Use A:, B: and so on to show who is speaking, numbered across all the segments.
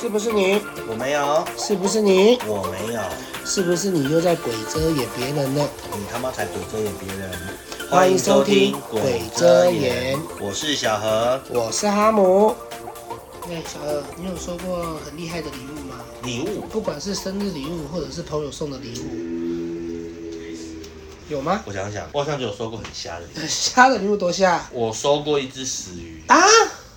A: 是不是你？
B: 我没有，
A: 是不是你？
B: 我没有，
A: 是不是你又在鬼遮掩别人了？
B: 你他妈才鬼遮眼别人！
A: 欢迎收听鬼遮眼，
B: 我是小何。
A: 我是哈姆。哎，小二，你有收过很厉害的礼物吗？
B: 礼物
A: 不管是生日礼物，或者是朋友送的礼物，有吗？
B: 我想想，我好像只有收过很瞎的礼 物。
A: 虾的礼物多虾
B: 我收过一只死鱼，
A: 啊？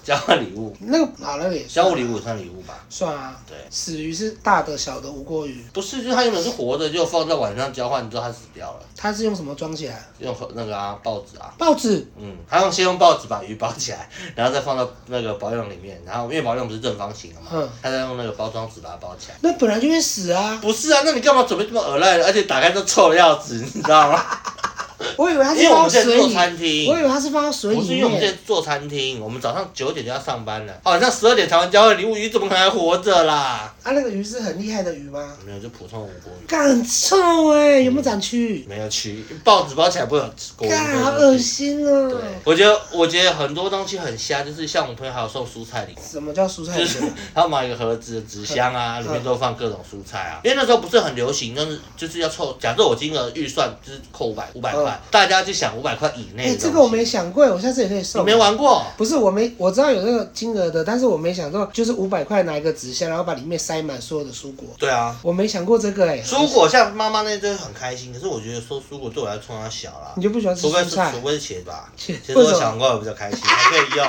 B: 交换礼物，
A: 那个好了也
B: 交
A: 算啊
B: 换礼物也算礼物吧？
A: 算啊。
B: 对
A: 死鱼是大的小的无锅鱼，
B: 不是，就是它原本是活的，就放在晚上交换之后它死掉了，
A: 它是用什么装起来？
B: 用那个啊报纸啊。
A: 报纸。
B: 嗯，他用先用报纸把鱼包起来，然后再放到那个保养里面，然后因为保养不是正方形的嘛，
A: 嗯
B: 他再用那个包装纸把它包起来。
A: 那本来就会死啊！
B: 不是啊，那你干嘛准备这么恶烂的？而且打开都臭的要死，你知 道吗？
A: 我以为它
B: 因
A: 是
B: 为我
A: 放到
B: 们现在
A: 水
B: 做
A: 里，
B: 餐
A: 我以
B: 厅，
A: 为它是放到水
B: 不是
A: 里
B: 因为我们现
A: 面。
B: 在做餐厅，我们早上九点就要上班了，晚上十二点才完交换礼物，鱼怎么可能还活着啦？
A: 啊，那个鱼是很厉害的鱼吗？
B: 没有，就普通无锅鱼，
A: 干臭哎、有没有长蛆？
B: 没有蛆，报纸包起来不会有锅鱼。
A: 干，好恶心
B: 哦对
A: 哦、，
B: 我觉得我觉得很多东西很瞎，就是像我朋友还有送蔬菜礼物。
A: 什么叫蔬菜
B: 就
A: 鱼？
B: 是他买一个盒子的纸箱啊，
A: 嗯
B: 里面都放各种蔬菜啊。因为那时候不是很流行，就是就是要凑。假设我金额预算就是扣五百五百块，大家就想五百块以内
A: 嗯哎、
B: 的东西。
A: 这个我没想过，我下次也可以
B: 你
A: 送。
B: 没玩过？
A: 不是我没我知道有那个金额的，但是我没想到就是五百块拿一个纸箱，然后把里面塞满所有的蔬果。
B: 对啊，
A: 我没想过这个哎、
B: 蔬果像妈妈那阵很开心，可是我觉得说蔬果对我来说从小啦
A: 你，就不喜欢吃
B: 除非
A: 蔬
B: 是
A: 菜
B: 除？非是茄子吧，
A: 切
B: 茄子
A: 为
B: 我
A: 什么
B: 想过比较开心，还可以用，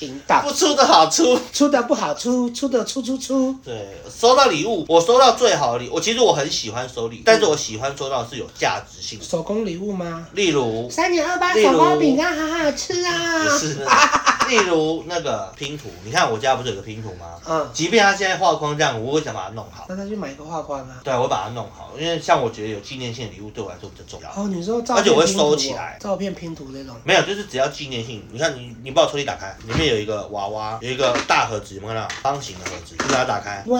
A: 淫荡，
B: 不出的好出。
A: 出的不好出，出的出出出。
B: 对，收到礼物，我收到最好的礼，我其实我很喜欢收礼，但是我喜欢收到是有价值性的，
A: 手工礼物吗？
B: 例如
A: 三点二八
B: 例如
A: 手工饼干好好吃啊
B: 不！是那个， 例如那个拼图，你看我家不是有个拼图吗？
A: 嗯，
B: 即便它现在画框这样，我会想把它弄好。
A: 那他去买一个画框啊。
B: 对，我会把它弄好，因为像我觉得有纪念性的礼物对我来说比较重要。
A: 哦，你说照
B: 而且
A: 片
B: 我会
A: 拼图
B: 收
A: 哦
B: 起来
A: 照片拼图这种。
B: 没有，就是只要纪念性。你看你，你把我抽屉打开，里面有一个娃娃，有一个大盒子，有没有看到？方形的盒子，你把它打开，
A: 哇，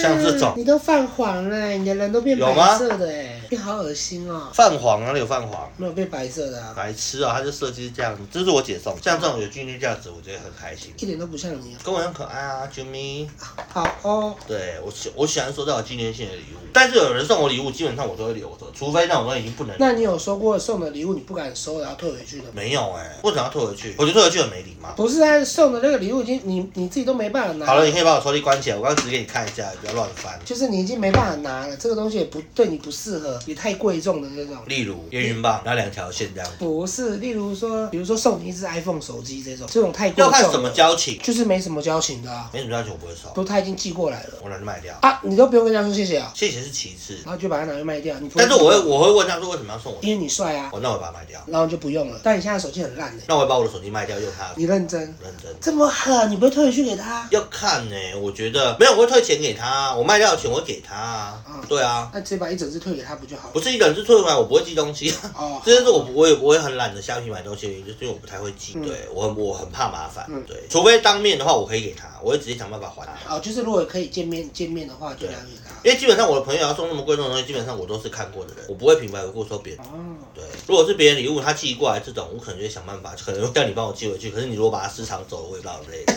B: 像这种
A: 你都泛黄了、你的人都变
B: 有吗
A: 白色的哎、你好恶心哦、
B: 泛黄啊，哪里有泛黄？
A: 没有变白色的啊，
B: 白痴啊、它就设计是这样，这是我姐送，像这种有纪念价值，我觉得很开心。
A: 一点都不像你啊。
B: 跟我很可爱啊，啾咪。
A: 好哦，
B: 对我喜我喜欢收到有纪念性的礼物，但是有人送我礼物，基本上我都会留着，除非那种东西已经不能留
A: 那你有收过送的礼物你不敢收然后退回去的吗？
B: 没有哎、为什么要退回去？我觉得退回去很没礼貌。
A: 不是啊，送的那个礼物已经你你自己都没办法拿，
B: 好了，你可以把我抽屉关起来，我刚刚只给你看一下，不要乱翻。
A: 就是你已经没办法拿了，这个东西也不对你不适合，也太贵重的那种。
B: 例如烟云棒，然后两条线这样，
A: 不是，例如说，比如说送你一只 iPhone 手机这种，这种太贵重
B: 要
A: 了。
B: 看什么交情，
A: 就是没什么交情的啊，
B: 没什么交情我不会收，
A: 不，他已经寄过来了
B: 我懒得卖掉。
A: 啊，你都不用跟人家说谢谢啊，
B: 谢谢是其次，
A: 然后就把它拿去卖掉。你不
B: 但是我会，我会问他说为什么要送我，
A: 因为你帅啊，
B: 我那我把它卖掉，
A: 然后就不用了。但你现在手机很烂的、
B: 那我会把我的手机卖掉，用他的
A: 你认真
B: 认真。
A: 这么狠，你不会退回去给他？
B: 要看呢、我觉得没有，我会退钱给他，我卖掉的钱我会给他啊
A: 嗯。
B: 对啊，
A: 那直接把一整只退给他不就好了
B: 不？是一个人是退回来，我不会寄东西。
A: 哦，
B: 这就是我不我也我也很懒得下去买东西的原因，就是因为我不太会记，对我很我很怕麻烦，
A: 嗯
B: 对，除非当面的话，我可以给他，我会直接想办法还他。
A: 哦，就是如果可以见面见面的话，就两给他。
B: 因为基本上我的朋友要送那么贵重的东西，基本上我都是看过的人，我不会平白无故收别人。
A: 哦，
B: 对，如果是别人礼物他寄过来这种，我可能就会想办法，可能叫你帮我寄回去。可是你如果把它私藏走了，我也不知道之类的。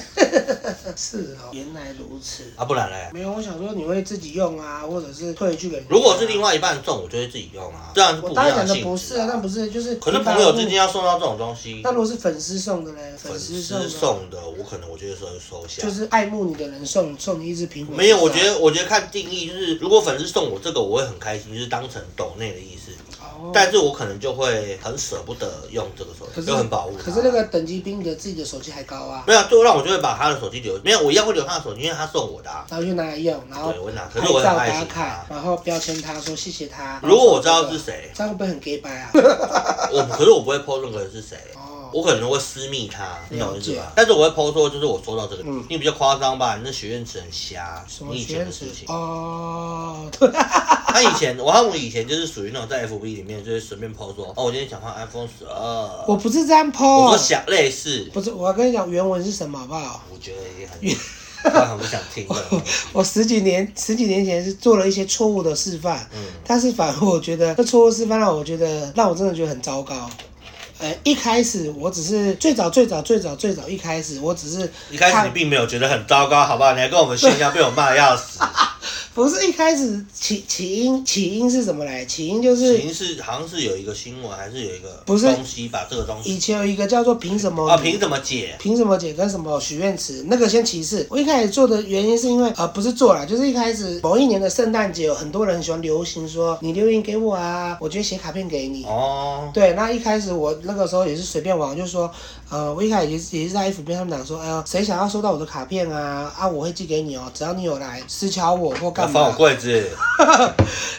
A: 是哦，原来如此。
B: 啊，不然嘞，
A: 没有，我想说你会自己用啊，或者是退回去给。
B: 如果是另，外一半送，我就会自己用啊，这样是不
A: 我
B: 一
A: 当然
B: 样
A: 讲的
B: 性
A: 不
B: 质
A: 是啊，那不是就是。
B: 可是朋友之间。要送到这种东西
A: 那，如果是粉丝送的呢？
B: 粉
A: 丝
B: 丝
A: 送的
B: 送的，我可能我就会收收下。
A: 就是爱慕你的人送送你一只苹果。
B: 没有，我觉得我觉得看定义，就是如果粉丝送我这个，我会很开心，就是当成抖内的意思。
A: 哦。
B: 但是我可能就会很舍不得用这个手
A: 可
B: 机，
A: 是
B: 就很保护
A: 可
B: 它。
A: 是那个等级比你的自己的手机还高啊，
B: 没有，最后让我就会把他的手机留，没有，我一样会留他的手机，因为他送我的、啊。
A: 然后就拿来用，然后
B: 对，我拿，可
A: 拍
B: 是我
A: 照
B: 很爱
A: 打
B: 惜
A: 卡
B: 他，。
A: 然后标签他说谢谢他。
B: 如果我知道是谁，
A: 这样会不会很 gay 白啊？
B: 我可是我不会 PO 那个人是谁，
A: 哦，
B: 我可能会私密他，你懂我意思
A: 了
B: 吧
A: 解？
B: 但是我会 PO 说，就是我收到这个
A: 嗯，
B: 你比较夸张吧？你那许愿池很瞎，
A: 什么
B: 你以
A: 学
B: 前
A: 院
B: 的
A: 池
B: 事情。
A: 哦，对，
B: 他以前，我和我以前就是属于那种在 FB 里面就是随便 PO 说，哦，我今天想换 iPhone 十二，
A: 我不是这样
B: 我
A: po，
B: 说想类似，
A: 不是，我要跟你讲原文是什么好不好？
B: 我觉得也很，我很不想 听了。
A: 我十几年十几年前是做了一些错误的示范，
B: 嗯，
A: 但是反而我觉得那错误示范让我觉得让我真的觉得很糟糕。呃，一开始我只是最早最早最早最早一开始我只是
B: 一开始你并没有觉得很糟糕，好不好？你还跟我们炫耀，被我骂的要死。
A: 不是一开始起起因起因是怎么来？起因 就是
B: 起因是好像是有一个新闻，还是有一个
A: 不是
B: 东西把这个东西
A: 以前有一个叫做凭什么
B: 啊凭什么解？
A: 凭什么姐跟什么许愿池那个先歧视。我一开始做的原因是因为呃不是做啦，就是一开始某一年的圣诞节，有很多人很喜欢流行说你留言给我啊，我就写卡片给你。
B: 哦，
A: 对，那一开始我那个时候也是随便玩，就说，呃，我一开始也是也是在 FB 上面讲说，哎、呀，谁想要收到我的卡片啊？啊，我会寄给你哦，只要你有来私敲我或
B: 要
A: 干
B: 翻我
A: 嘛，
B: 柜子，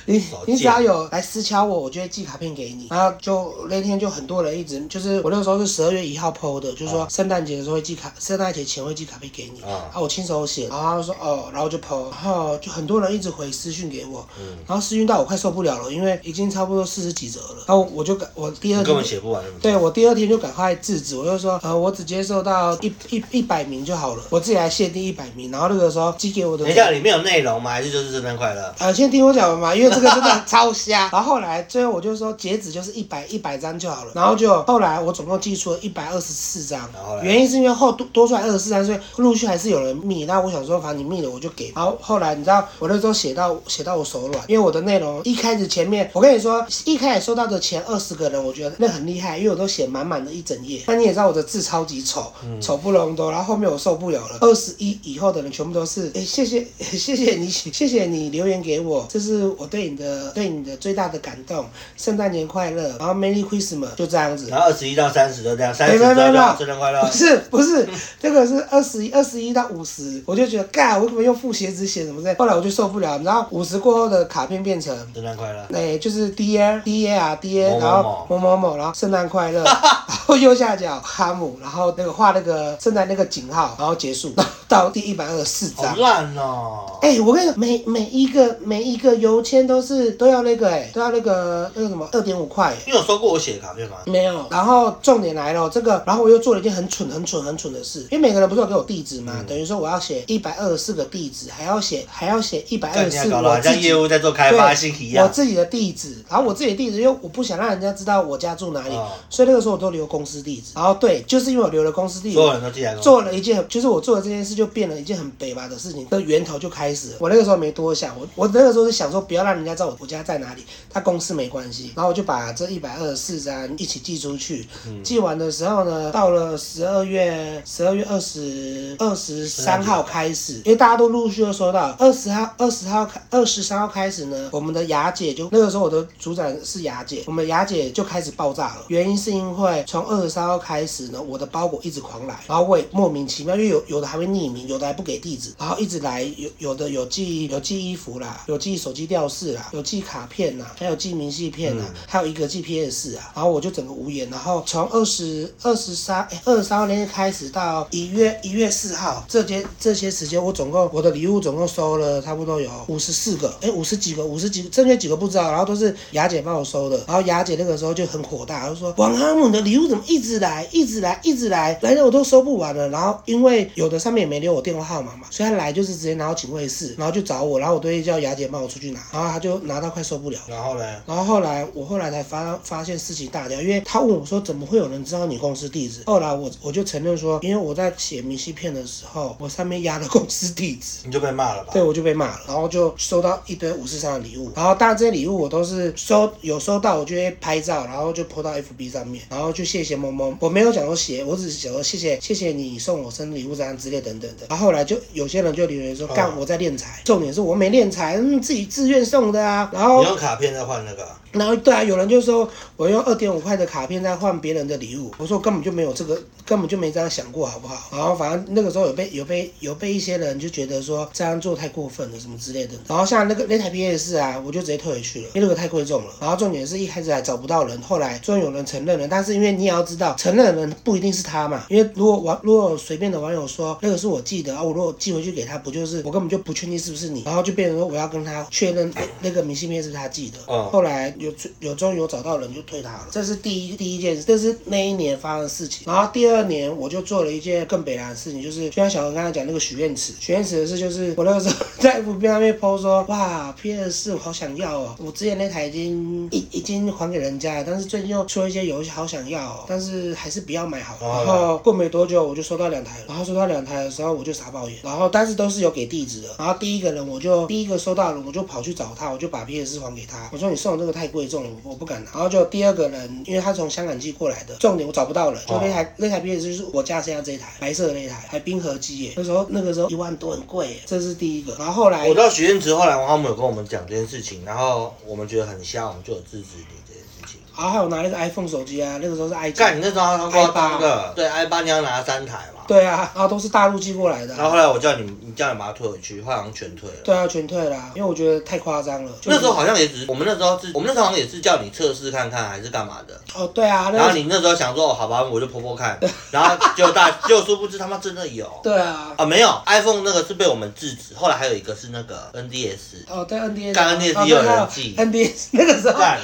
A: 你
B: 好
A: 你只
B: 贱
A: 要有来私敲我，我就会寄卡片给你。然后就那天就很多人一直就是我那个时候是十二月一号 PO 的，就是说圣诞节的时候会寄卡，圣诞节前会寄卡片给你。
B: 啊
A: 啊，我亲手写，然后他就说哦，然后就 PO，然后就很多人一直回私讯给我，
B: 嗯
A: 然后私讯到我快受不了了，因为已经差不多四十几折了，然后我就赶我第二天
B: 你根本写不完那么多。
A: 对我第二天就赶快制止，我就说，呃，我只接受到一一一百名就好了，我自己来限定一百名。然后那个时候寄给我的
B: 等一，下，里面有内容吗？还是就是圣诞快乐？
A: 呃，先听我讲完嘛，因为这个真 的超瞎。然后后来最后我就说截止就是一百一百张就好了，然后就后来我总共寄出了一百二十四张
B: 然后，嘞
A: 原因是因为后多多出来二十四张，所以陆续还是有人密。那我想说，反正你密了我就给。然后后来你知道，我那时候写到写到我手软，因为我的内容一开始前面，我跟你说，一开始收到的前二十个人，我觉得那很厉害，因为我都写满满的一整页。那你也知道我的字超级丑，丑不隆咚。然后后面我受不了了，二十一以后的人全部都是，哎，谢 谢谢谢你，谢谢你留言给我，这是我对你的对你的最大的感动。圣诞节快乐，然后 Merry Christmas，就这样子。
B: 然后二十一到三十就这样，三
A: 哎没
B: 十
A: 有没有没
B: 之后就
A: 有，
B: 圣诞快乐
A: 不。是不是，这个是二十一二十一到五十，我就觉得干，我怎么用复写纸写什么之类的，后来我就受不了，然后五十过后的卡片变成。
B: 圣诞快乐，
A: 哎、就是 D A D A 啊 D A，
B: 某某
A: 然后某某某，然后圣诞 快乐，然后右下角哈姆，然后那个画那个圣诞那个井号，然后结束到到第一百二十四章
B: 好。烂哦！
A: 哎、我跟你讲，每每一个每一个邮签都是都要那个哎、都要那个那个什么二点五块哎。
B: 你有收过我写的卡片吗？
A: 没有。然后重点来了，这个，然后我又做了一件很蠢、很蠢、很蠢的事，因为每个人不是有给我地址吗？
B: 嗯
A: 等于说我要写一百二十四个地址，还要写还要写一百二十
B: 干你要
A: 四
B: 搞
A: 哎
B: 得
A: 我
B: 好
A: 自
B: 像
A: 己
B: 业务在做开发信息一
A: 我
B: 样。
A: 自己的地址，然后我自己的地址，因为我不想让人家知道我家住哪里，
B: 哦
A: 所以那个时候我都留公司地址。然后对，就是因为我留了公司地址
B: 所，有人都进来跟我
A: 做了一件，就是我做的这件事就变了一件很北吧的事情，的源头就开始了。我那个时候没多想，我我那个时候是想说不要让人家知道我我家在哪里，他公司没关系。然后我就把这一百二十四张一起寄出去。寄完的时候呢，到了十二月十二月二十二十三号开始，因为大家都陆续都收到。二十号二十号开二十三号开始呢，我们的雅姐就那个时候我的组长是雅姐，我们雅姐就开始爆炸了。原因是因为从二十三号开始呢，我的包裹一直狂来，然后我也莫名其妙，因为有有的还会匿名，有的还不给地址，然后一直来，有有的有寄有寄衣服啦，有寄手机吊饰啦，有寄卡片啦，还有寄明信片啦，还有一个寄 PS 啊，然后我就整个无言。然后从二十二十三哎二十三号那天开始到一月一月四号这些这些时间，我总共我的礼物总共收了差不多有五十四个，哎五十几个五十几个正确几个不知道，然后都是雅姐帮我收的。然后雅姐那个时候就很火大，她就说王哈姆你的礼物怎么一直来一直来一直来，来的我都收不完了。然后因为有的上面也没留我电话号码嘛，所以她来就是直接拿到警卫室，然后就找我，然后我都会叫雅姐帮我出去拿，然后她就拿到快受不了。
B: 然后呢？
A: 然后后来我后来才发发现事情大条，因为他问我说怎么会有人知道你公司地址？后来我我就承认说，因为我在写明信片的时候，我上面压了公司地址。
B: 你就被骂了吧？
A: 对，我就被骂了，然后就收到一堆五四三的礼物，然后当然这些礼物我都是收有收到，我就会拍照，然后就 po 到 FB 上面，然后就谢谢萌萌，我没有讲说写，我只是想说谢谢谢谢你送我生日礼物这样之类等等的。然后后来就有些人就留言说，
B: 哦
A: 干我在练财，重点是我没练财，嗯自己自愿送的啊，然后
B: 你用卡片再换那个，
A: 然后对啊，有人就说我用二点五块的卡片在换别人的礼物，我说我根本就没有这个，根本就没这样想过，好不好？然后反正那个时候有被有被有被一些人就觉得说这样做太过分了什么之类的。然后像那个那台 PS 啊，我就直接退回去了，因为那个太贵重了。然后重点是一开始还找不到人，后来终于有人承认了，但是因为你也要知道，承认的人不一定是他嘛，因为如果网如果随便的网友说那个是我寄的啊，我如果寄回去给他，不就是我根本就不确定是不是你，然后就变成说我要跟他确认那那个明信片是不是他寄的。
B: 嗯
A: 后来有有终于有找到人就退他了，这是第一第一件事，这是那一年发生的事情。然后第二年我就做了一件更北兰的事情，就是就像小何刚才讲那个许愿池，许愿池的事就是我那个时候 在 FB 上面 PO 说，哇 PS 四我好想要哦，我之前那台已经已已经还给人家了，但是最近又出了一些游戏好想要哦，好，但是还是不要买好了。
B: 哦
A: 然后呃过没多久我就收到两台了，然后收到两台的时候我就傻爆眼，然后但是都是有给地址的。然后第一个人我就第一个收到的人我就跑去找他，我就把 PS 还给他，我说你送的这个太贵重了，我我不敢拿。然后就第二个人，因为他从香港寄过来的，重点我找不到人，就那台、那台 PS 就是我家现在这一台白色的那一台，还冰河机耶，那时候那个时候一万多很贵耶，这是第一个。然后后来
B: 我到许愿池，后来他们有跟我们讲这件事情，然后我们觉得很瞎，我们就有制止你这件事情。
A: 然后还有拿那个 iPhone 手机啊，那个时候是 i
B: 干，你那时候超夸张的，对，i 八你要拿三台嘛，
A: 对啊，然后都是大陆寄过来的
B: 然
A: 啊、
B: 后后来我叫你，你叫你把它退回去，后来好像全退了。
A: 对啊，全退啦、因为我觉得太夸张了。就是
B: 那时候好像也只是我们那时候是，我们那时候好像也是叫你测试看看还是干嘛的。
A: 哦，对啊，
B: 然
A: 那
B: 后
A: 个
B: 你那时候想说，哦，好吧，我就婆婆看，然后就大，就殊不知他妈真的有
A: 对啊，
B: 啊，没有 iPhone 那个是被我们制止，后来还有一个是那个 NDS，
A: 哦，对 NDS，
B: 干 NDS 也有
A: 哦
B: 人寄
A: NDS 那个时候，
B: 干，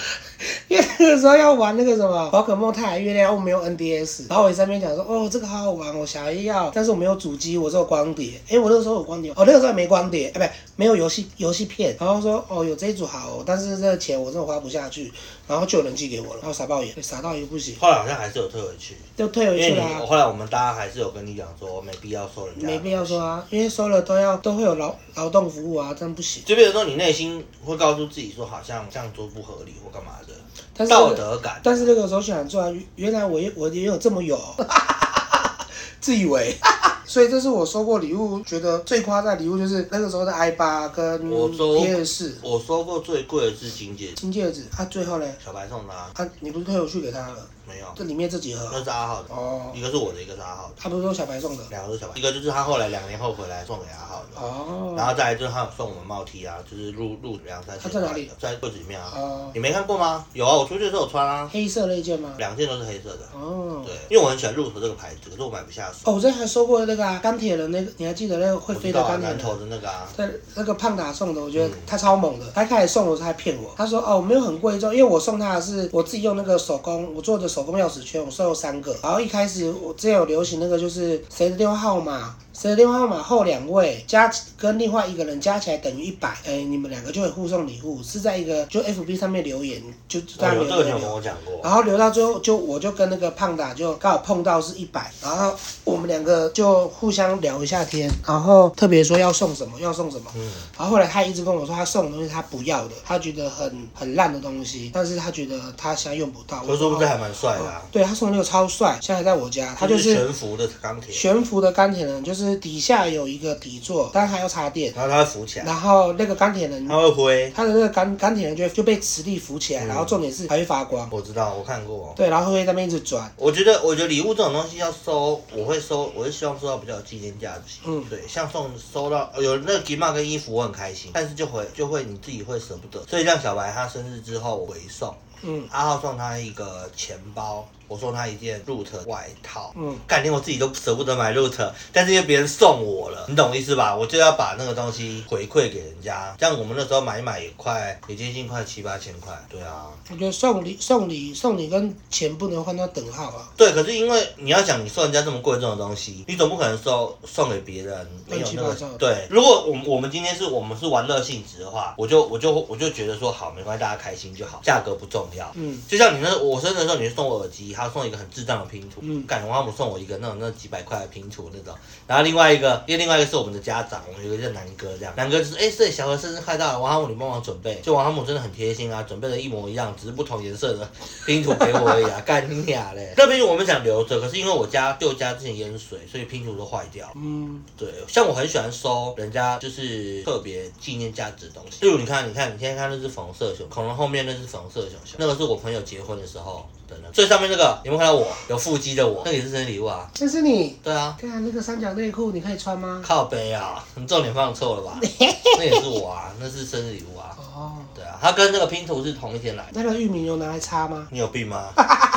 A: 因为那个时候要玩那个什么宝可梦太阳月亮，我没有 NDS，然后我在那边讲说，哦，这个好好玩，我想要，但是我没有主机，我只有光碟。哎，我那个时候有光碟，哦，那个时候还没光碟，哎，不对，没有游戏游戏片。然后说，哦，有这一组好、哦，但是这个钱我真的花不下去，然后就有人寄给我了，然后傻爆眼，傻到一个不行，
B: 后来好像还是有退回去，
A: 就退回
B: 因为
A: 去
B: 你
A: 啦、
B: 后来我们大家还是有跟你讲说，没必要收人家，
A: 啊没必要说。啊，因为收了都要都会有劳劳动服务啊，这样不行。
B: 就比如说你内心会告诉自己说，好像这样做不合理或干嘛的，
A: 但是那
B: 道
A: 个
B: 德感。
A: 但是那个时候想做啊，原原来我也我也有这么有， 自以为。所以这是我收过礼物，觉得最夸张的礼物就是那个时候的 i 八跟
B: 我收
A: PS 四
B: 我收过最贵的是金戒指，
A: 金戒指啊，最后呢
B: 小白送的、啊，
A: 啊，你不是退回去给他了？
B: 没有，
A: 这里面这几盒
B: 那是阿浩的，
A: 哦，
B: 一个是我的，一个是阿浩的，
A: 他不是说小白送的
B: 两个都是小白，一个就是他后来两年后回来送给阿浩的。然
A: 哦啊
B: 后再来就是他有送我们帽 T 啊，就是入入两三千
A: 他在哪里
B: 块的在柜子里面啊，
A: 哦，
B: 你没看过吗？有啊，我出去的时候有穿啊，
A: 黑色那一件吗？
B: 两件都是黑色的。
A: 哦
B: 对，因为我很喜欢入手这个牌子，可是我买不下手。
A: 哦，我之前还收过那个啊钢铁人那个，你还记得那个会
B: 我
A: 飞
B: 知
A: 的
B: 道啊，
A: 钢铁
B: 南
A: 人？
B: 投的那个啊，
A: 对，那个胖达送的，我
B: 嗯
A: 觉得他超猛的。他开始送的时候还骗我，他说哦没有很贵重，因为我送他的是我自己用那个手工，我做的手工钥匙圈，我送了三个。然后一开始我之前有流行那个就是谁的电话号码，谁的电话号码后两位加跟另外一个人加起来等于一百，哎，你们两个就会互送礼物，是在一个就 FB 上面留言，就就
B: 我
A: 在啊
B: 哦有
A: 留
B: 这个
A: 言
B: 你有
A: 留
B: 跟
A: 言。
B: 我讲过，
A: 然后留到最后，就我就跟那个胖达就刚好碰到是一百，然后我们两个就互相聊一下天，然后特别说要送什么，要送什么。
B: 嗯，
A: 然后后来他一直跟我说，他送的东西他不要的，他觉得很很烂的东西，但是他觉得他现在用不到。
B: 可是说不定还蛮帅的啊，
A: 对他送的那个超帅，现在还在我家，哦他就是
B: 全幅的钢铁，
A: 悬浮的钢铁人，就是底下有一个底座，但还要插电，
B: 然后它会浮起来，
A: 然后那个钢铁人，
B: 它会挥，
A: 他的那个钢钢铁人就就被磁力浮起来，然后重点是还会发光，
B: 我知道，我看过。
A: 对，然后会在那边一直转。
B: 我觉得，我觉得礼物这种东西要收，我会收，我是希望收到比较有纪念价值。
A: 嗯
B: 对，像送收到呃有那个 g i m a 跟衣服，我很开心，但是就会就会你自己会舍不得，所以像小白他生日之后我回送，
A: 嗯
B: 阿浩送他一个钱包，我送他一件 Root 外套。
A: 嗯，
B: 干，连我自己都舍不得买 Root，但是因为别人送我了，你懂我意思吧？我就要把那个东西回馈给人家。像我们那时候买一买也快，也接近快七八千块。对啊，
A: 我觉得送礼送礼送礼跟钱不能换到等号啊，
B: 对，可是因为你要想，你送人家这么贵重的东西，你总不可能送送给别人，没有那
A: 乱七八糟
B: 个对。如果我们我们今天是我们是玩乐性质的话，我就我就我就觉得说好，没关系，大家开心就好，价格不重要。
A: 嗯，
B: 就像你那我生日的时候，你送我耳机，他送一个很智障的拼图，
A: 嗯
B: 干我妈姆送我一个那种那几百块的拼图那种，然后另外一个，因为另外一个是我们的家长，有一个叫南哥这样，南哥就是哎，这、小何生日快到了，王哈姆你帮忙准备，就王哈姆真的很贴心啊，准备了一模一样，只是不同颜色的拼图给我而已啊，干你俩嘞！那拼图我们想留着，可是因为我家旧家之前淹水，所以拼图都坏掉了。
A: 嗯。
B: 对，像我很喜欢收人家就是特别纪念价值的东西，例如你看，你看，你现在看那只粉红色的熊，恐龙后面那只粉红色的熊熊，那个是我朋友结婚的时候的那个，最上面那个，你有没有看到我有腹肌的我，那个也是生日礼物啊，
A: 这是你
B: 对啊，
A: 看那个三角内裤，你可以穿吗？
B: 靠背啊，你重点放错了吧？那也是我啊，那是生日礼物啊，
A: 哦，
B: 对啊，它跟那个拼图是同一天来的，
A: 那个玉米有拿来擦吗？
B: 你有病吗？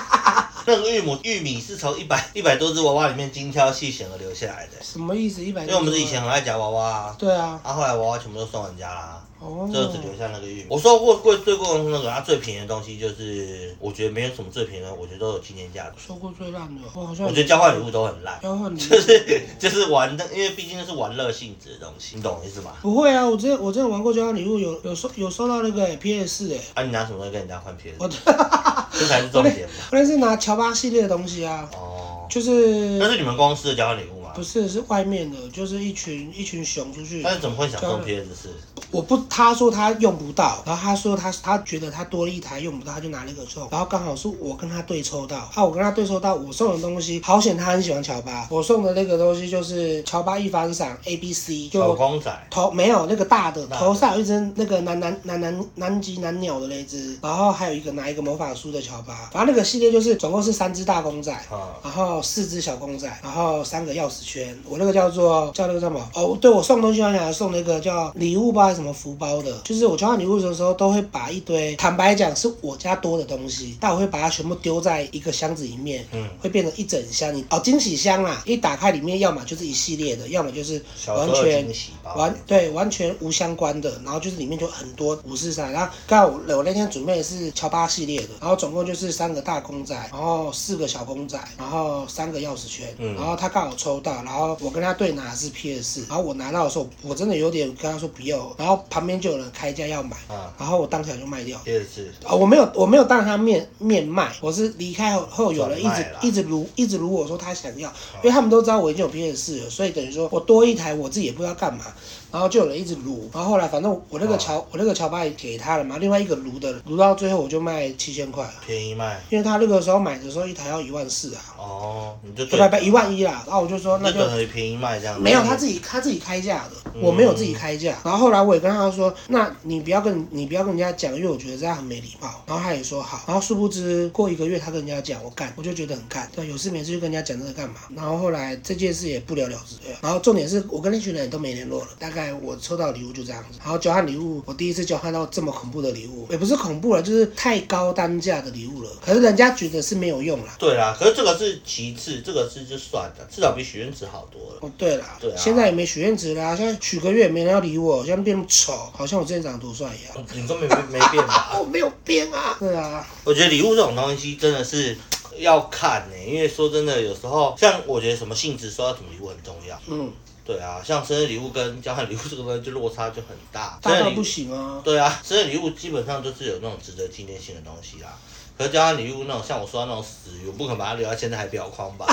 B: 那个玉米玉米是从一百一百多只娃娃里面精挑细选而留下来的，
A: 什么意思？一百？
B: 因为我们是以前很爱夹娃娃啊，
A: 对啊，
B: 啊后来娃娃全部都送人家啦。
A: 哦，
B: 这只留下那个玉米。我说过贵最贵公司那个，它最便宜的东西就是，我觉得没有什么最便宜的，我觉得都有纪念价值。
A: 收过最烂的，我好像
B: 我觉得交换礼物都很烂，
A: 交换礼物
B: 就是就是玩的，因为毕竟是玩乐性质的东西，你懂我意思吗？
A: 不会啊，我之前我之前玩过交换礼物，有有收有收到那个 PS 哎、
B: 啊，你拿什么东西跟人家换片？
A: 我
B: 这才是重点 嘛。
A: 我那是拿乔巴系列的东西啊，
B: 哦，
A: 就是
B: 那是你们公司的交换礼物吗
A: 不？是是外面的，就是一群一群熊出去。
B: 但是怎么会想送 PS 四？
A: 我不，他说他用不到，然后他说他他觉得他多了一台用不到，他就拿了一个送，然后刚好是我跟他对抽到，啊，我跟他对抽到我送的东西，好险他很喜欢乔巴，我送的那个东西就是乔巴一番赏 A B C，
B: 小
A: 就
B: 公仔，
A: 头没有那个大的，
B: 大的
A: 头上有一只那个南南南南南极南鸟的那一只，然后还有一个拿一个魔法书的乔巴，反正那个系列就是总共是三只大公仔，
B: 啊，
A: 然后四只小公仔，然后三个钥匙圈。我那个叫做叫那个叫什么？哦，对我送东西好像还送那个叫礼物包还是什么福包的，就是我交换礼物的时候都会把一堆，坦白讲是我家多的东西，但我会把它全部丢在一个箱子里面，
B: 嗯，
A: 会变成一整箱。你哦惊喜箱啦，一打开里面要么就是一系列的，要么就是
B: 小
A: 完
B: 时候的
A: 全
B: 惊喜包。
A: 完对完全无相关的，然后就是里面就很多五四三，然后刚好我我那天准备的是乔巴系列的，然后总共就是三个大公仔，然后四个小公仔，然后三个钥匙圈，
B: 嗯
A: 然后他刚好抽到，然后我跟他对拿的是 PS，然后我拿到的时候我真的有点跟他说不要，然后旁边就有人开价要买，
B: 啊
A: 然后我当场就卖掉。
B: ，PS 四，
A: 啊、我没有，我没有当着他面面卖，我是离开后后有人一
B: 转
A: 直
B: 卖啦
A: 一直如一直如我说他想要，因为他们都知道我已经有 PS 四了，所以等于说我多一台我自己也不知道干嘛，然后就有人一直撸，然后后来反正我那个乔、我那个乔巴也给他了嘛，另外一个撸的撸到最后我就卖七千块了，
B: 便宜卖。
A: 因为他那个时候买的时候一台要一万四啊，
B: 哦，你就
A: 不
B: 对
A: 不不一万一啦，然后我就说那
B: 那
A: 就
B: 个很便宜卖这样子。
A: 没有，他自己他自己开价的，我没有自己开价。然后后来我也跟他说，那你不要跟你不要跟人家讲，因为我觉得这样很没礼貌。然后他也说好。然后殊不知过一个月，他跟人家讲，我干，我就觉得很干。对，有事没事就跟人家讲这个干嘛？然后后来这件事也不了了之。对然后重点是我跟那群人也都没联络了。大概我抽到礼物就这样子。然后交换礼物，我第一次交换到这么恐怖的礼物，也不是恐怖了，就是太高单价的礼物了。可是人家觉得是没有用啦。
B: 对啦，可是这个是其次，这个是就算了，至少比许愿池好多了。
A: 哦，对啦，
B: 对啊
A: 现在也没许愿值啦，现在许个愿没人要理我，现在变那么丑，好像我之前长得多帅一样。
B: 你根本没哦没变吧？
A: 我没有变啊。对啊，
B: 我觉得礼物这种东西真的是要看呢、因为说真的，有时候像我觉得什么性质收到什么礼物很重要。
A: 嗯，
B: 对啊，像生日礼物跟交换礼物这个东西就落差就很大。
A: 大
B: 生
A: 到
B: 日礼
A: 不
B: 物
A: 行啊。
B: 对啊，生日礼物基本上就是有那种值得纪念性的东西啦。可是交换礼物那种，像我说的那种死鱼，我不可能把它留在现在还裱框吧？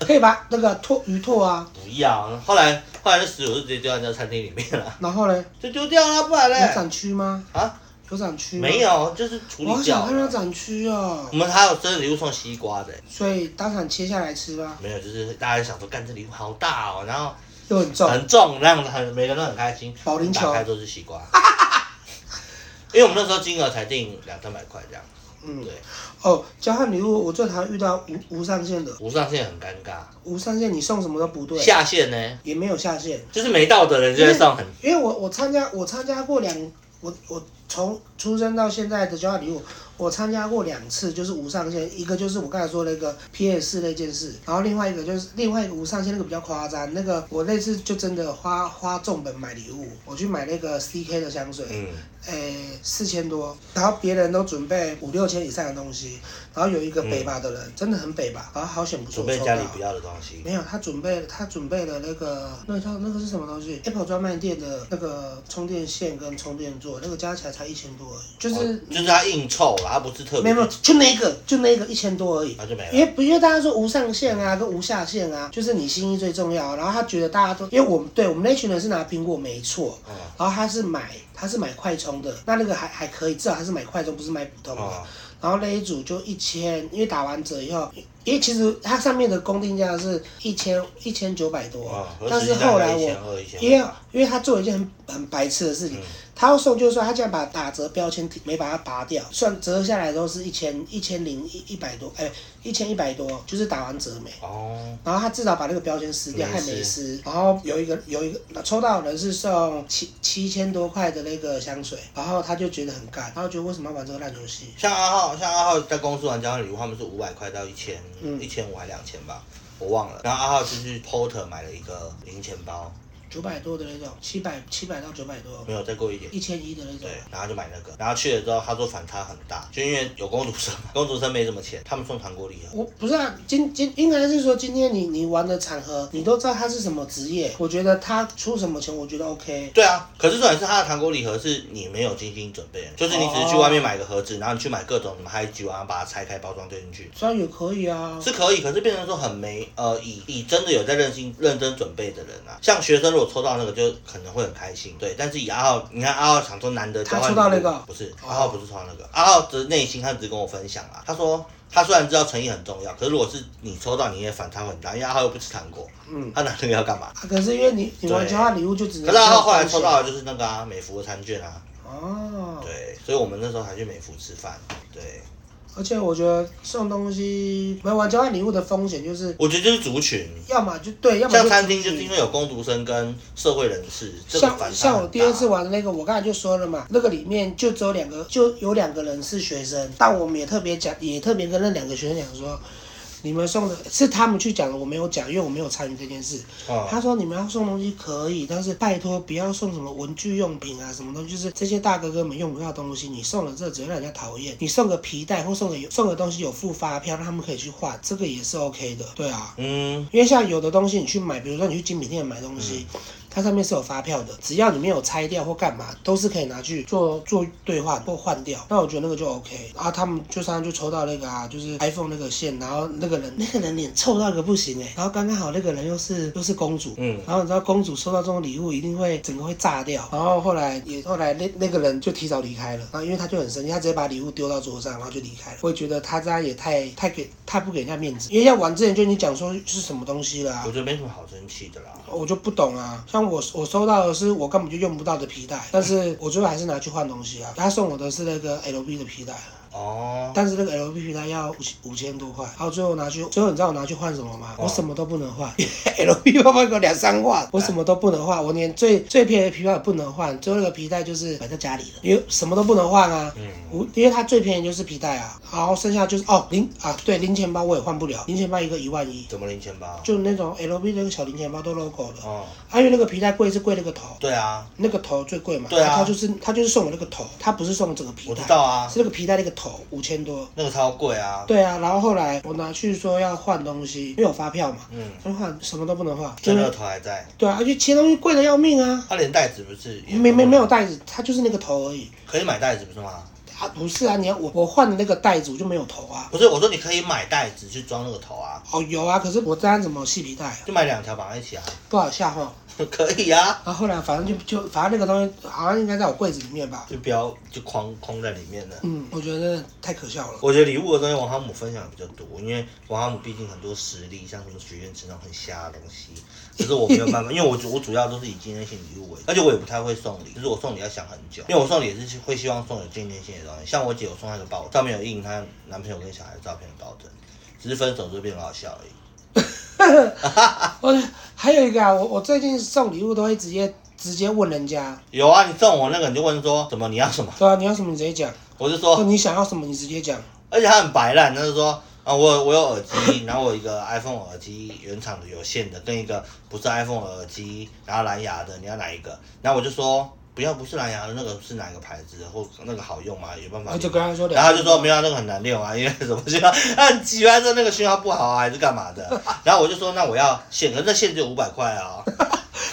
A: 可以把那个拓鱼拓啊，
B: 不要。后来后来那死鱼我就直接丢在那餐厅里面了，
A: 然后呢，
B: 就丢掉了，不然
A: 有
B: 嘞
A: 展区吗？
B: 啊
A: 有展区吗
B: 没？有，就是
A: 我
B: 处理
A: 好
B: 掉
A: 想
B: 了。
A: 看到展区哦
B: 我，们还有生日礼物送西瓜的、
A: 所以当场切下来吃吧，
B: 没有，就是大家想说，干这礼物好大哦，然后
A: 又很重。
B: 很重，让很每个人都很开心。
A: 保龄球
B: 打开都是西瓜， 因为我们那时候金额才定两三百块这样，
A: 嗯
B: 对，
A: 哦，交换礼物我最讨厌遇到无无上限的，
B: 无上限很尴尬。
A: 无上限你送什么都不对，
B: 下限呢，
A: 也没有下限。
B: 就是没到的人就会送很
A: 因为我我参加我参加过两我我从出生到现在的交换礼物，我参加过两次，就是无上限，一个就是我刚才说那个 PS 那件事，然后另外一个就是另外一个无上限那个比较夸张，那个我那次就真的花花重本买礼物，我去买那个 CK 的香水，
B: 嗯，
A: 诶四千多，然后别人都准备五六千以上的东西，然后有一个北吧的人、真的很北吧，然后好险不是
B: 准
A: 我
B: 备
A: 抽
B: 家里
A: 到
B: 不要的东西。
A: 没有，他准备他准备了那个那个叫那个是什么东西？Apple 专卖店的那个充电线跟充电座，那个加起来才一千多而已，就是、
B: 哦就是他硬凑啦，他不是特
A: 没
B: 别
A: 有没有，就那一个就那一个一千多而已。
B: 然后就没
A: 因
B: 了。
A: 为不因为大家说无上限啊，跟无下限啊，就是你心意最重要。啊然后他觉得大家都，因为我们对我们那群人是拿苹果没错，
B: 嗯
A: 然后他是买他是买快充的，那那个还还可以，至少他是买快充，不是买普通的。
B: 哦，
A: 然后那一组就一千，因为打完折以后，因为其实它上面的公定价是一千一千九百多啊
B: 哦，
A: 但是后来
B: 一千嗯
A: 我
B: 二、一千
A: 因为因为他做了一件很很白痴的事情，他要送就是说他竟然把打折标签没把它拔掉，算折下来都是一千一千零一一百多，哎，一千一百多，就是打完折没。
B: 哦，
A: 然后他至少把那个标签撕掉，
B: 没
A: 还
B: 撕
A: 没撕。然后有一个有一个抽到的人是送七七千多块的那个香水，然后他就觉得很干，然后觉得为什么要玩这个烂游戏？
B: 像阿浩，像阿浩在公司玩交换礼物，他们是五百块到一千、
A: 嗯
B: 一千五还两千吧，我忘了。然后阿浩就去 Porter 买了一个零钱包，
A: 九百多的那种，七百七百到九百多，
B: 没有再贵一点。
A: 一千一的那种
B: 对。，然后就买那个，然后去了之后，他说反差很大，就因为有公主生嘛， 公主生没什么钱，他们送糖果礼盒，
A: 我不是啊，今今应该是说今天你你玩的场合，你都知道他是什么职业，我觉得他出什么钱，我觉得 OK。
B: 对啊，可是重点是它的糖果礼盒是你没有精心准备的，就是你只是去外面买个盒子，然后你去买各种什么嗨酒啊，把它拆开包装丢进去。
A: 虽然也可以啊，
B: 是可以，可是变成说很没呃，以以真的有在认心认真准备的人啊，像学生如果抽到那个就可能会很开心，对。但是以阿浩，你看阿浩想说难得
A: 他
B: 交换
A: 抽到
B: 礼物
A: 那个哦
B: 不是阿浩不是抽到那个，阿浩的内心他只是跟我分享啊，他说他虽然知道诚意很重要，可是如果是你抽到，你也反差很大，因为阿浩又不吃糖果，
A: 嗯，
B: 他拿那个要干嘛？
A: 啊可是因为你你玩
B: 对
A: 交换礼物就只能
B: 可是阿浩后来抽到的就是那个啊美孚的餐券啊，
A: 哦，
B: 对，所以我们那时候还去美孚吃饭。对，
A: 而且我觉得送东西没有玩交换礼物的风险就是，
B: 我觉得就是族群，
A: 要么就对，要么
B: 像
A: 就
B: 餐
A: 出
B: 厅就是
A: 去
B: 因为有工读生跟社会人士，这个反
A: 嗯像
B: 差
A: 像我
B: 很
A: 第二
B: 大啊
A: 次玩的那个，我刚才就说了嘛，那个里面就只有两个，就有两个人是学生，但我们也特别讲，也特别跟那两个学生讲说，你们送的是他们去讲的，我没有讲，因为我没有参与这件事。
B: 嗯，
A: 他说你们要送东西可以，但是拜托不要送什么文具用品啊，什么东西，就是这些大哥哥们用不到的东西，你送了这只会让人家讨厌。你送个皮带或送个有送个东西有附发票，让他们可以去换，这个也是 OK 的。对啊，
B: 嗯，
A: 因为像有的东西你去买，比如说你去精品店买东西，它上面是有发票的，只要你没有拆掉或干嘛，都是可以拿去做做兑换或换掉。那我觉得那个就 OK。然后他们就常常就抽到那个啊，就是 iPhone 那个线，然后那个人那个人脸臭到一个不行哎、然后刚刚好那个人又是又是公主，
B: 嗯
A: 然后你知道公主收到这种礼物一定会整个会炸掉。然后后来也后来那那个人就提早离开了，然后因为他就很生气，他直接把礼物丢到桌上，然后就离开了。我也觉得他这样也太太给太不给人家面子，因为要玩之前就已经讲说是什么东西了、啊
B: 我。觉得没什么好生气的啦。
A: 我就不懂啊，像我我收到的是我根本就用不到的皮带，但是我最后还是拿去换东西啊。他送我的是那个 LV 的皮带，啊
B: 哦，
A: 但是那个 LV 皮带要五千五千多块，然后最后拿去，最后你知道我拿去换什么吗？
B: 哦
A: 我什么都不能换，LV 包包给我两三万，我什么都不能换，我连最最便宜的皮包也不能换，最后那个皮带就是摆在家里了，因为什么都不能换啊。
B: 嗯，
A: 我因为它最便宜就是皮带啊，然后剩下就是哦零啊对零钱包我也换不了，零钱包一个一万一，
B: 怎么零钱包？
A: 就那种 LV 那个小零钱包都 logo 的。
B: 哦，
A: 啊，因为那个皮带贵是贵那个头，
B: 对啊，
A: 那个头最贵嘛。
B: 对啊
A: 他就是他就是送我那个头，他不是送我整个皮
B: 我
A: 带
B: 知，道啊，
A: 是那个皮带那个头五千多。
B: 那个超贵啊。
A: 对啊，然后后来我拿去说要换东西，因为有发票嘛，
B: 嗯，
A: 他换什么都不能换，就
B: 那
A: 是
B: 个头还在，
A: 对啊，而且其他东西贵的要命啊，
B: 他连袋子不是也
A: 没没没有，袋子，它就是那个头而已
B: 可以买袋子不是吗？
A: 啊，不是啊，你要我我换的那个袋子我就没有头啊，
B: 不是，我说你可以买袋子去装那个头啊，
A: 哦有啊，可是我这样怎么系皮带啊，
B: 就买两条绑在一起啊，
A: 不好下哈。
B: 可以啊，
A: 然后后来反正就就反正那个东西好像应该在我柜子里面吧，
B: 就不要就框框在里面了。
A: 嗯，我觉得太可笑了。
B: 我觉得礼物的东西，王哈姆分享的比较多，因为王哈姆毕竟很多实力，像什么许愿池那种很瞎的东西，只是我没有办法，因为我主我主要都是以纪念性礼物为主，而且我也不太会送礼，就是我送礼要想很久，因为我送礼也是会希望送有纪念性的东西，像我姐有送她一个抱枕，上面有印她男朋友跟小孩的照片的抱枕，只是分手就变得很好笑而已。
A: 我还有一个啊，我我最近送礼物都会直接直接问人家，
B: 有啊，你送我那个你就问说什么你要什么，
A: 对啊，你要什么你直接讲，
B: 我就
A: 或
B: 说，
A: 你想要什么你直接讲，
B: 而且他很白烂，他就说。啊，我有我有耳机，然后我有一个 iPhone 耳机，原厂的有线的，跟一个不是 iPhone 耳机，然后蓝牙的，你要哪一个？然后我就说不要，不是蓝牙的那个是哪个牌子的，或那个好用吗？有办
A: 然
B: 法
A: 后？哦就跟他说两。
B: 然后他就说没有啊，那个很难用啊，因为什么讯号，他很急啊，说那个讯号不好啊，还是干嘛 的？然后我就说那我要线，可是那线只有五百块啊。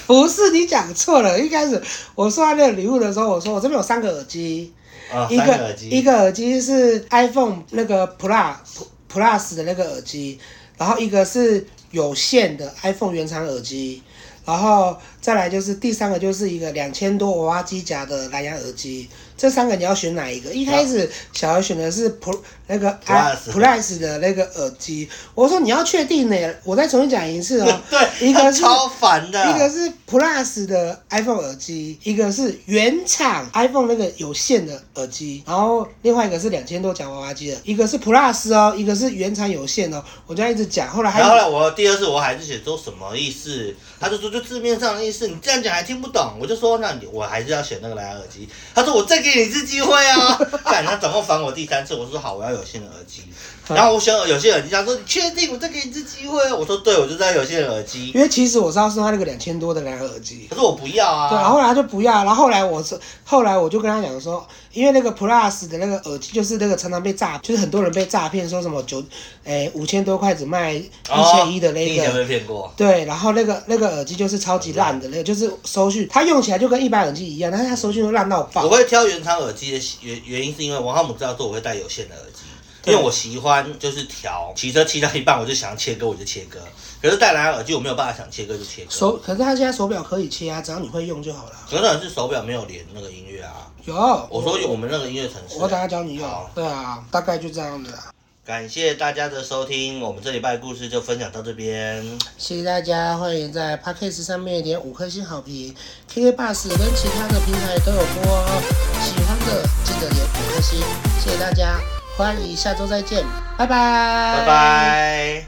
A: 不是你讲错了，一开始我收到那个礼物的时候，我说我这边有三个耳机，
B: 啊，
A: 一
B: 三
A: 个
B: 个耳
A: 一
B: 机，
A: 个耳机是 iPhone 那个 Plus Plus 的那个耳机，然后一个是有线的 iPhone 原厂耳机。然后再来就是第三个，就是一个两千多娃娃机夹的蓝牙耳机。这三个你要选哪一个？一开始小孩选的是 Pro 那个 i-
B: Plus。
A: Plus 的那个耳机，我说你要确定呢，我再重新讲一次哦
B: 对，
A: 一个是
B: 超烦的，
A: 一个是 Plus 的 iPhone 耳机，一个是原厂 iPhone 那个有线的耳机，然后另外一个是两千多讲娃娃机的，一个是 Plus 哦，一个是原厂有线哦，我就要一直讲，后来还
B: 然后
A: 有
B: 呢，我第二次我还是写说什么意思？他就说就字面上的意式，你这样讲还听不懂，我就说那你我还是要选那个蓝牙耳机。他说我再给你一次机会啊， 但他总共烦我第三次，我说好，我要有线的耳 机。然后我选有线耳机，他说你确定？我再给你一次机会啊。我说对，我就在有线耳机。
A: 因为其实我是要送他那个两千多的蓝牙耳机，
B: 可是我不要啊。
A: 对，然后后来他就不要，然后后来我是后来我就跟他讲说，因为那个 Plus 的那个耳机就是那个常常被诈，就是很多人被诈骗，说什么九哎五千多块只卖一千一的
B: 哦你
A: 那
B: 以
A: 个，
B: 前被骗过。
A: 对，然后那个那个耳机就是超级烂的那个，就是收讯，它用起来就跟一般耳机一样，但是它收讯都烂到
B: 我
A: 爆。
B: 会挑原厂耳机的原原因是因为王浩姆知道说我会戴有线的耳机，因为我喜欢就是调骑车骑到一半我就想切割我就切割，可是戴蓝牙耳机我没有办法想切割就切割。
A: 手，可是它现在手表可以切啊，只要你会用就好了。
B: 可能是手表没有连那个音乐啊。
A: 有，
B: 我说我们那个音乐城市。
A: 我等下教你用
B: 好。
A: 对啊，大概就这样子啦。
B: 感谢大家的收听，我们这礼拜的故事就分享到这边。
A: 谢谢大家，欢迎在 p a c k a g e 上面点五颗星好评，KK Bus 跟其他的平台都有播哦。喜欢的记得点五颗星，谢谢大家，欢迎下周再见，拜拜，
B: 拜。拜。